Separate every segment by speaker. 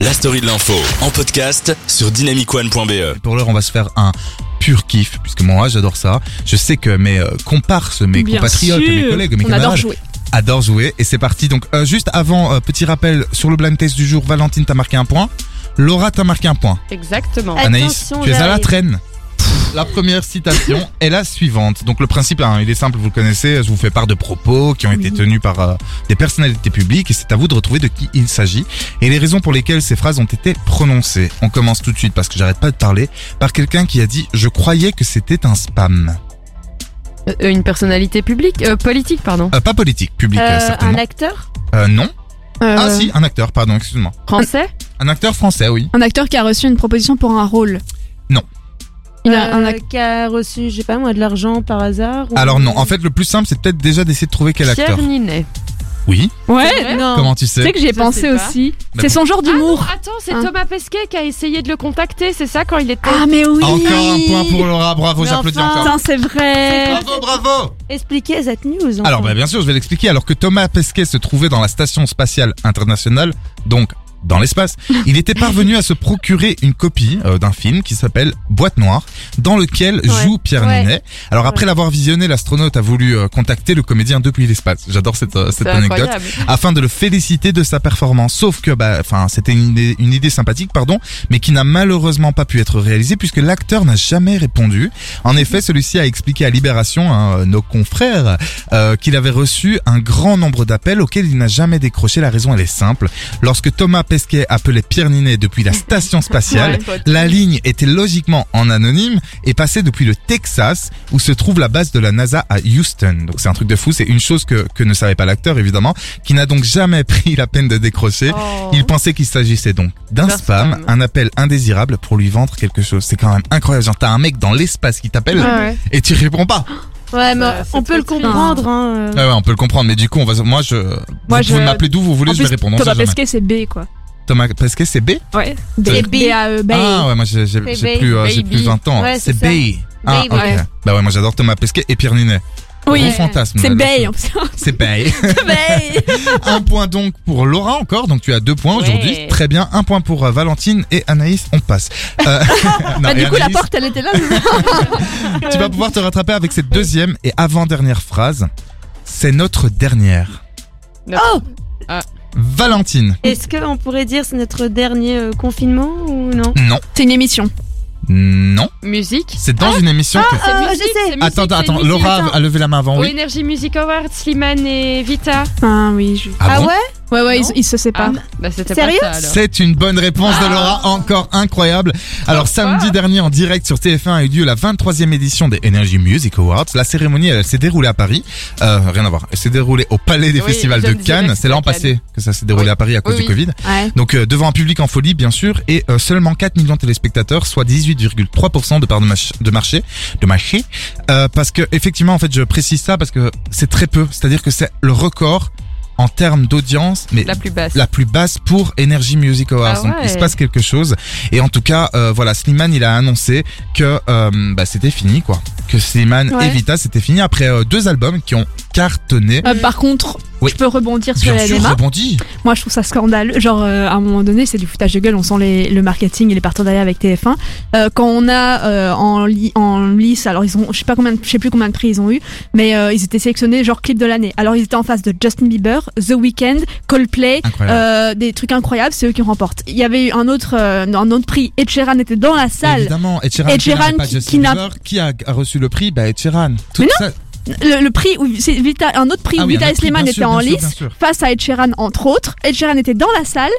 Speaker 1: la story de l'info en podcast sur dynamicone.be.
Speaker 2: Pour l'heure, on va se faire un pur kiff, puisque moi, j'adore ça. Je sais que mes euh, comparses, mes
Speaker 3: Bien
Speaker 2: compatriotes,
Speaker 3: sûr.
Speaker 2: mes collègues, mes
Speaker 3: On adore
Speaker 2: camarades
Speaker 3: jouer.
Speaker 2: adorent jouer. Et c'est parti. Donc, euh, juste avant, euh, petit rappel sur le blind test du jour. Valentine, t'as marqué un point. Laura, t'as marqué un point.
Speaker 3: Exactement.
Speaker 4: Ah,
Speaker 2: Anaïs,
Speaker 4: Attention,
Speaker 2: tu es à la
Speaker 4: j'arrive.
Speaker 2: traîne. La première citation est la suivante. Donc le principe, hein, il est simple, vous le connaissez, je vous fais part de propos qui ont été tenus par euh, des personnalités publiques et c'est à vous de retrouver de qui il s'agit et les raisons pour lesquelles ces phrases ont été prononcées. On commence tout de suite parce que j'arrête pas de parler par quelqu'un qui a dit je croyais que c'était un spam.
Speaker 3: Euh, une personnalité publique, euh, politique, pardon.
Speaker 2: Euh, pas politique, public euh,
Speaker 4: Euh, un
Speaker 2: certainement.
Speaker 4: acteur
Speaker 2: Euh, non. Ah
Speaker 3: Euh,
Speaker 2: si, un acteur, pardon, excuse-moi.
Speaker 3: Français
Speaker 2: Un acteur français, oui.
Speaker 5: Un acteur qui a reçu une proposition pour un rôle.
Speaker 2: Non.
Speaker 5: Il a
Speaker 4: euh,
Speaker 5: un acteur.
Speaker 4: qui a reçu, je sais pas moi, de l'argent par hasard ou-
Speaker 2: Alors non, en fait le plus simple c'est peut-être déjà d'essayer de trouver quel acteur.
Speaker 3: Pierre Ninet.
Speaker 2: Oui.
Speaker 3: C'est
Speaker 4: Eh,
Speaker 3: vrai
Speaker 5: Ouais,
Speaker 2: Comment tu
Speaker 5: tu sais
Speaker 2: sais
Speaker 5: que j'y ai
Speaker 3: Je
Speaker 5: pensé
Speaker 3: sais pas.
Speaker 5: aussi.
Speaker 2: Bah
Speaker 5: C'est son genre d'humour.
Speaker 3: Ah, attends, c'est
Speaker 5: Hein.
Speaker 3: Thomas Pesquet qui a essayé de le contacter, c'est ça quand il était.
Speaker 5: Ah, mais oui.
Speaker 2: Encore un point pour Laura, bravo,
Speaker 4: Mais
Speaker 2: j'applaudis
Speaker 4: enfin.
Speaker 2: encore.
Speaker 5: Putain, c'est vrai.
Speaker 2: Bravo, bravo
Speaker 4: Eh, Expliquez cette news. enfin.
Speaker 2: Alors, bah, bien sûr, je vais l'expliquer. Alors que Thomas Pesquet se trouvait dans la Station Spatiale Internationale, donc dans l'espace, il était parvenu à se procurer une copie euh, d'un film qui s'appelle Boîte Noire, dans lequel joue Pierre
Speaker 4: Ouais.
Speaker 2: Ninet. Alors après
Speaker 4: Ouais.
Speaker 2: l'avoir visionné, l'astronaute a voulu euh, contacter le comédien depuis l'espace. J'adore cette, euh, cette
Speaker 3: C'est
Speaker 2: anecdote
Speaker 3: incroyable.
Speaker 2: afin de le féliciter de sa performance. Sauf que, bah, enfin, c'était une idée, une idée sympathique, pardon, mais qui n'a malheureusement pas pu être réalisée puisque l'acteur n'a jamais répondu. En effet, celui-ci a expliqué à Libération, hein, nos confrères, euh, qu'il avait reçu un grand nombre d'appels auxquels il n'a jamais décroché. La raison, elle est simple. Lorsque Thomas Pesquet appelait Pierre Ninet depuis la station spatiale, la ligne était logiquement en anonyme et passait depuis le Texas où se trouve la base de la NASA à Houston. Donc c'est un truc de fou, c'est une chose que, que ne savait pas l'acteur évidemment, qui n'a donc jamais pris la peine de décrocher.
Speaker 3: Oh.
Speaker 2: Il pensait qu'il s'agissait donc d'un
Speaker 3: D'un
Speaker 2: spam,
Speaker 3: spam.
Speaker 2: un appel indésirable pour lui vendre quelque chose. C'est quand même incroyable. Genre t'as un mec dans l'espace qui t'appelle
Speaker 5: Ah,
Speaker 3: Ouais.
Speaker 2: et tu réponds pas.
Speaker 4: Ouais, mais
Speaker 3: Euh, c'est
Speaker 4: on peut
Speaker 3: trop
Speaker 4: le
Speaker 3: triste.
Speaker 4: comprendre. Hein. euh.
Speaker 2: Ah ouais, on peut le comprendre, mais du coup on va. Moi je.
Speaker 5: Moi,
Speaker 2: vous
Speaker 5: je-
Speaker 2: pouvez m'appeler d'où vous voulez,
Speaker 5: En
Speaker 2: je vais
Speaker 5: plus,
Speaker 2: répondre. on
Speaker 5: Thomas
Speaker 2: sait jamais.
Speaker 5: Pesquet, c'est B, quoi.
Speaker 2: Thomas Pesquet, c'est B.
Speaker 5: Ouais. B.
Speaker 2: C'est
Speaker 5: B. A E B.
Speaker 2: Ah ouais, moi j'ai j'ai-
Speaker 4: C'est
Speaker 2: j'ai
Speaker 4: Bay.
Speaker 2: plus, euh, j'ai plus
Speaker 3: Baby.
Speaker 2: 20 ans.
Speaker 4: Ouais, c'est
Speaker 2: c'est
Speaker 4: ça.
Speaker 2: Bay. Ah,
Speaker 4: Bay,
Speaker 2: ok.
Speaker 3: ouais.
Speaker 2: Bah ouais, moi j'adore Thomas Pesquet et Pierre Ninet. Gros
Speaker 5: Oui.
Speaker 2: fantasme.
Speaker 5: C'est hein.
Speaker 2: là,
Speaker 5: B.
Speaker 2: là-dessus. C'est Bay. un point donc pour Laura encore, donc tu as deux points aujourd'hui.
Speaker 3: Ouais.
Speaker 2: Très bien, un point pour euh, Valentine et Anaïs, on passe. Euh, non,
Speaker 5: Bah,
Speaker 2: et
Speaker 5: du coup, la
Speaker 2: Anaïs,
Speaker 5: porte, elle était là.
Speaker 2: Tu vas pouvoir te rattraper avec cette deuxième et avant-dernière phrase. C'est notre dernière.
Speaker 3: Notre- Ah.
Speaker 2: Valentine.
Speaker 4: Est-ce qu'on pourrait dire c'est notre dernier euh, confinement ou non
Speaker 2: Non,
Speaker 5: C'est une émission.
Speaker 2: non.
Speaker 3: Musique.
Speaker 2: C'est dans une émission que...
Speaker 3: C'est
Speaker 4: Ah,
Speaker 3: musique,
Speaker 4: je sais.
Speaker 3: c'est musique,
Speaker 2: attends,
Speaker 3: c'est
Speaker 2: attends,
Speaker 3: musique.
Speaker 2: Laura a levé la main avant,
Speaker 3: Au
Speaker 2: oui.
Speaker 3: Energy Music Awards, Slimane et Vita.
Speaker 5: Ah oui, je...
Speaker 2: Ah bon
Speaker 4: ouais
Speaker 5: Ouais, ouais,
Speaker 3: Non.
Speaker 5: ils, ils se séparent.
Speaker 3: Bah, c'était
Speaker 4: Sérieux
Speaker 3: pas ça alors. Ah.
Speaker 2: C'est une bonne réponse de Laura, encore incroyable. Alors samedi dernier en direct sur TF1 a eu lieu la 23e édition des Energy Music Awards. La cérémonie elle, s'est déroulée à Paris. Euh, rien à voir. Elle s'est déroulée au Palais des
Speaker 3: Oui,
Speaker 2: Festivals
Speaker 3: je
Speaker 2: de
Speaker 3: me disais
Speaker 2: Cannes.
Speaker 3: que
Speaker 2: C'est l'an
Speaker 3: c'était à
Speaker 2: passé que ça s'est déroulé
Speaker 3: Oui.
Speaker 2: à Paris à cause
Speaker 3: Oui,
Speaker 2: du
Speaker 3: oui.
Speaker 2: Covid.
Speaker 5: Ah, Ouais.
Speaker 2: Donc euh, devant un public en folie bien sûr et euh, seulement 4 millions de téléspectateurs, soit 18,3% de part de, mach- de marché, de marché. Euh, parce que effectivement en fait je précise ça parce que c'est très peu. C'est-à-dire que c'est le record en termes d'audience, mais
Speaker 3: La plus basse.
Speaker 2: la plus basse pour Energy Music Awards.
Speaker 3: Ah
Speaker 2: Donc il
Speaker 3: ouais.
Speaker 2: se passe quelque chose. Et en tout cas, euh, voilà, Slimane il a annoncé que euh, bah, c'était fini quoi. Que Slimane
Speaker 5: Ouais.
Speaker 2: et Vita c'était fini après euh, deux albums qui ont cartonné.
Speaker 5: Euh, par contre,
Speaker 2: Oui.
Speaker 5: je peux rebondir sur
Speaker 2: Bien
Speaker 5: la
Speaker 2: sûr,
Speaker 5: démarche.
Speaker 2: rebondi.
Speaker 5: Moi, je trouve ça scandaleux. Genre, euh, à un moment donné, c'est du foutage de gueule. On sent les, le marketing et les partenariats avec TF1. Euh, quand on a euh, en, li- en lice, alors ils ont, je sais pas combien, de- je sais plus combien de prix ils ont eu, mais euh, ils étaient sélectionnés genre clip de l'année. Alors, ils étaient en face de Justin Bieber, The Weeknd, Coldplay.
Speaker 2: Incroyable.
Speaker 5: Euh, des trucs incroyables, c'est eux qui remportent. Il y avait eu un autre, euh, non, un autre prix. Ed Sheeran était dans la salle.
Speaker 2: Évidemment, Ed Sheeran,
Speaker 5: Ed
Speaker 2: qui n'avait
Speaker 5: Sheeran
Speaker 2: pas
Speaker 5: qui-
Speaker 2: Justin
Speaker 5: qui n'a-
Speaker 2: Bieber, qui a a reçu le prix Bah Ed Sheeran. Tout
Speaker 5: Mais
Speaker 2: ça-
Speaker 5: Le, le prix où c'est Vita, un autre prix
Speaker 2: Ah
Speaker 5: où
Speaker 2: oui, un
Speaker 5: Vita et
Speaker 2: autre prix, bien
Speaker 5: Slimane
Speaker 2: sûr,
Speaker 5: étaient en
Speaker 2: bien sûr, bien
Speaker 5: lice
Speaker 2: sûr.
Speaker 5: face à Ed Sheeran entre autres. Ed Sheeran était dans la salle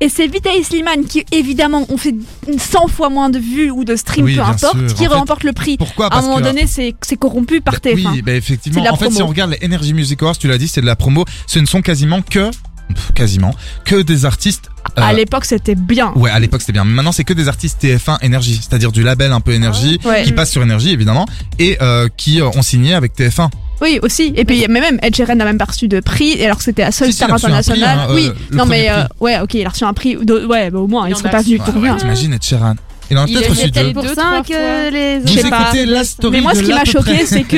Speaker 5: et c'est Vita et Slimane qui évidemment ont fait 100 fois moins de vues ou de streams
Speaker 2: Oui,
Speaker 5: peu
Speaker 2: bien
Speaker 5: importe
Speaker 2: sûr.
Speaker 5: qui
Speaker 2: En fait,
Speaker 5: remporte le prix.
Speaker 2: Pourquoi
Speaker 5: À un
Speaker 2: Parce
Speaker 5: moment
Speaker 2: que
Speaker 5: donné, c'est c'est corrompu par
Speaker 2: Bah,
Speaker 5: TF1.
Speaker 2: Oui, bah effectivement.
Speaker 5: C'est de la
Speaker 2: en fait, si
Speaker 5: promo.
Speaker 2: on regarde les Energy Music Awards, tu l'as dit, c'est de la promo. Ce ne sont quasiment que, pff, quasiment, que des artistes. euh,
Speaker 5: À l'époque, c'était bien.
Speaker 2: ouais, à l'époque c'était bien. Mais Maintenant, c'est que des artistes TF1 Energy, c'est-à-dire du label un peu Energy,
Speaker 5: Ouais.
Speaker 2: qui passent sur Energy évidemment, et euh, qui euh, ont signé avec TF1.
Speaker 5: Oui, aussi. Et puis, mais même Ed Sheeran n'a même pas reçu de prix, alors que c'était la seule
Speaker 2: Si, si,
Speaker 5: star
Speaker 2: il a reçu un prix,
Speaker 5: internationale.
Speaker 2: hein, euh,
Speaker 5: oui,
Speaker 2: le
Speaker 5: non,
Speaker 2: premier
Speaker 5: mais
Speaker 2: prix.
Speaker 5: euh, ouais, ok, il a reçu un prix. de- ouais, bah, au moins,
Speaker 3: Il
Speaker 5: ils
Speaker 3: en
Speaker 5: seraient
Speaker 3: a
Speaker 5: pas venus
Speaker 3: reçu,
Speaker 5: pour
Speaker 3: ouais.
Speaker 5: rien.
Speaker 2: T'imagines Ed Sheeran Il en a
Speaker 3: Il
Speaker 2: peut-être
Speaker 3: a- il a
Speaker 2: reçu deux.
Speaker 3: peut-être-
Speaker 4: pour
Speaker 3: Deux,
Speaker 4: ça
Speaker 3: trois
Speaker 4: que
Speaker 3: fois.
Speaker 4: les
Speaker 2: Vous
Speaker 5: je sais pas.
Speaker 2: écoutez la story
Speaker 5: Mais moi,
Speaker 2: de
Speaker 5: ce qui
Speaker 2: là, à
Speaker 5: m'a
Speaker 2: peu
Speaker 5: choqué,
Speaker 2: près.
Speaker 5: c'est que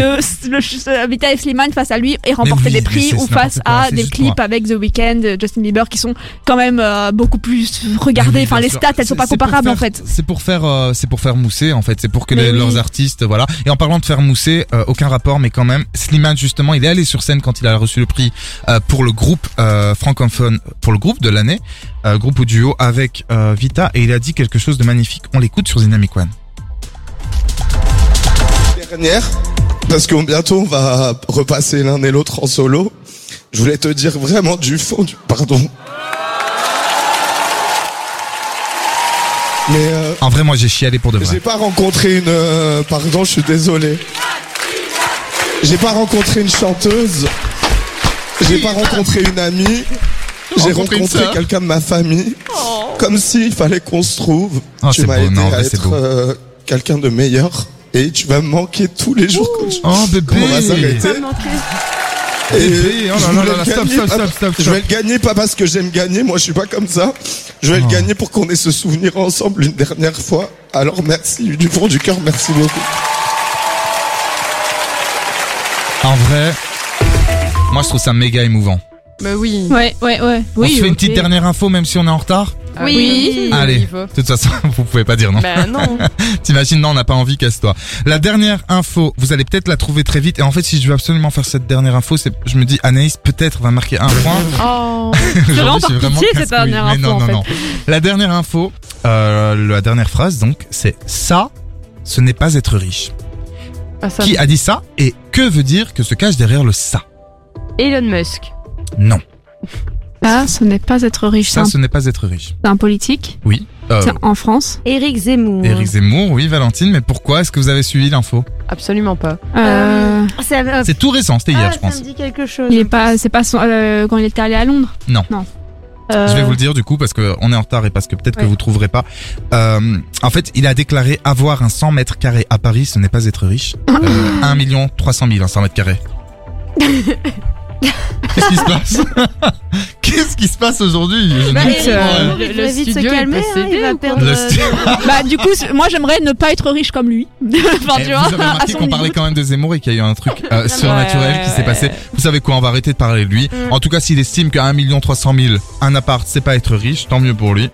Speaker 5: le ch- euh, Vita et Slimane face à lui ait remporté
Speaker 2: oui,
Speaker 5: des
Speaker 2: mais
Speaker 5: prix
Speaker 2: c'est
Speaker 5: ou
Speaker 2: n'importe
Speaker 5: face
Speaker 2: quoi,
Speaker 5: à
Speaker 2: c'est
Speaker 5: des
Speaker 2: juste
Speaker 5: clips
Speaker 2: moi.
Speaker 5: avec The Weeknd, euh, Justin Bieber, qui sont quand même euh, beaucoup plus regardés.
Speaker 2: Oui,
Speaker 5: Enfin,
Speaker 2: bien
Speaker 5: les
Speaker 2: sûr.
Speaker 5: stats, elles sont
Speaker 2: C'est-
Speaker 5: pas
Speaker 2: c'est pour
Speaker 5: comparables en
Speaker 2: faire-
Speaker 5: fait.
Speaker 2: C'est pour faire, euh, c'est pour faire mousser en fait. C'est pour que
Speaker 5: Mais
Speaker 2: les-
Speaker 5: oui.
Speaker 2: leurs artistes, euh, voilà. Et en parlant de faire mousser, euh, aucun rapport, mais quand même, Slimane justement, il est allé sur scène quand il a reçu le prix euh, pour le groupe euh, francophone, pour le groupe de l'année, euh, groupe ou duo avec euh, Vita, et il a dit quelque chose de magnifique. On l'écoute sur Dynamic One.
Speaker 6: dernière, parce que bientôt on va repasser l'un et l'autre en solo. Je voulais te dire vraiment du fond du pardon. Mais euh,
Speaker 2: En vrai, moi, j'ai chialé pour de vrai.
Speaker 6: j'ai pas rencontré une euh, pardon, je suis désolé. J'ai pas rencontré une chanteuse. J'ai pas rencontré une amie. J'ai
Speaker 2: Rencontré une
Speaker 6: rencontré
Speaker 2: sœur.
Speaker 6: quelqu'un de ma famille. Comme s'il fallait qu'on se trouve.
Speaker 2: Oh,
Speaker 6: tu
Speaker 2: c'est
Speaker 6: m'as
Speaker 2: beau,
Speaker 6: aidé
Speaker 2: non, en
Speaker 6: à
Speaker 2: vrai, c'est
Speaker 6: être
Speaker 2: beau.
Speaker 6: euh, quelqu'un de meilleur. Et tu vas me manquer tous les jours quand tu
Speaker 2: Oh bébé.
Speaker 6: on va s'arrêter.
Speaker 4: Ça me manquait.
Speaker 6: Et
Speaker 2: bébé, oh là
Speaker 6: je
Speaker 2: là
Speaker 6: voulais
Speaker 2: là là,
Speaker 6: le
Speaker 2: stop,
Speaker 6: gagner,
Speaker 2: stop,
Speaker 6: pas-
Speaker 2: stop, stop,
Speaker 6: Je
Speaker 2: stop.
Speaker 6: vais le gagner pas parce que j'aime gagner, moi je suis pas comme ça. Je vais
Speaker 2: Oh.
Speaker 6: le gagner pour qu'on ait ce souvenir ensemble une dernière fois. Alors merci du fond du cœur, merci beaucoup.
Speaker 2: En vrai, moi, je trouve ça méga émouvant.
Speaker 3: Bah oui.
Speaker 5: Ouais, ouais, ouais.
Speaker 2: on se fait une petite dernière info, même si on est en retard.
Speaker 3: Ah
Speaker 4: Oui.
Speaker 3: oui.
Speaker 2: Allez.
Speaker 3: Il faut.
Speaker 2: De toute façon, vous pouvez pas dire non.
Speaker 3: Bah non.
Speaker 2: T'imagines, non, on n'a pas envie, casse-toi. La dernière info, vous allez peut-être la trouver très vite. Et en fait, si je veux absolument faire cette dernière info, c'est, je me dis, Anaïs peut-être va marquer un point.
Speaker 3: Oh.
Speaker 2: Aujourd'hui,
Speaker 5: par pitié, cette
Speaker 2: casse-couille.
Speaker 5: dernière
Speaker 2: Mais
Speaker 5: info,
Speaker 2: non,
Speaker 5: en
Speaker 2: non,
Speaker 5: fait.
Speaker 2: non. La dernière info, euh, la dernière phrase, donc, c'est ça, ce n'est pas être riche.
Speaker 3: Ah, ça.
Speaker 2: Qui a dit ça et que veut dire que se cache derrière le ça?
Speaker 3: Elon Musk.
Speaker 2: Non.
Speaker 5: Là, Ah, ce n'est pas être riche, c'est
Speaker 2: Ça,
Speaker 5: un,
Speaker 2: ce n'est pas être riche.
Speaker 5: c'est un politique.
Speaker 2: Oui. Euh,
Speaker 5: C'est en France.
Speaker 4: Éric Zemmour.
Speaker 2: Éric Zemmour, oui, Valentine, mais pourquoi est-ce que vous avez suivi l'info?
Speaker 3: Absolument pas.
Speaker 5: Euh,
Speaker 4: Ça, euh,
Speaker 2: C'est tout récent, c'était
Speaker 4: ah,
Speaker 2: hier, je
Speaker 4: ça
Speaker 2: pense.
Speaker 4: me dit quelque chose.
Speaker 5: il est pas, c'est pas son- euh, quand il était allé à Londres.
Speaker 2: Non.
Speaker 5: Non.
Speaker 2: Je vais
Speaker 5: Euh,
Speaker 2: vous le dire du coup parce que on est en retard et parce que peut-être que
Speaker 5: Ouais.
Speaker 2: vous trouverez pas. Euh, en fait, il a déclaré avoir un 100 mètres carrés à Paris, ce n'est pas être riche. Euh, 1 million 300 000 un 100 mètres carrés. Qu'est-ce qui se passe Qu'est-ce qui se passe aujourd'hui Je ne
Speaker 4: Bah,
Speaker 2: comprends
Speaker 4: Éric
Speaker 2: pas.
Speaker 4: Zemmour, il
Speaker 3: euh, Le
Speaker 4: va vite se
Speaker 3: studio est
Speaker 4: calmer, hein,
Speaker 3: possédé
Speaker 4: il va
Speaker 3: ou quoi
Speaker 4: perdre.
Speaker 2: Le
Speaker 4: euh,
Speaker 2: stu-
Speaker 5: bah, du coup, c'est- moi, j'aimerais ne pas être riche comme lui. enfin,
Speaker 2: Eh,
Speaker 5: tu
Speaker 2: vous
Speaker 5: vois,
Speaker 2: avez
Speaker 5: à
Speaker 2: remarqué
Speaker 5: son
Speaker 2: qu'on
Speaker 5: niveau.
Speaker 2: parlait quand même de Zemmour et qu'il y a eu un truc euh, surnaturel
Speaker 3: ouais,
Speaker 2: qui s'est
Speaker 3: ouais.
Speaker 2: passé. Vous savez quoi, on va arrêter de parler de lui.
Speaker 4: Mm.
Speaker 2: En tout cas, s'il estime qu'à 1 million 300 000 un appart, c'est pas être riche, tant mieux pour lui.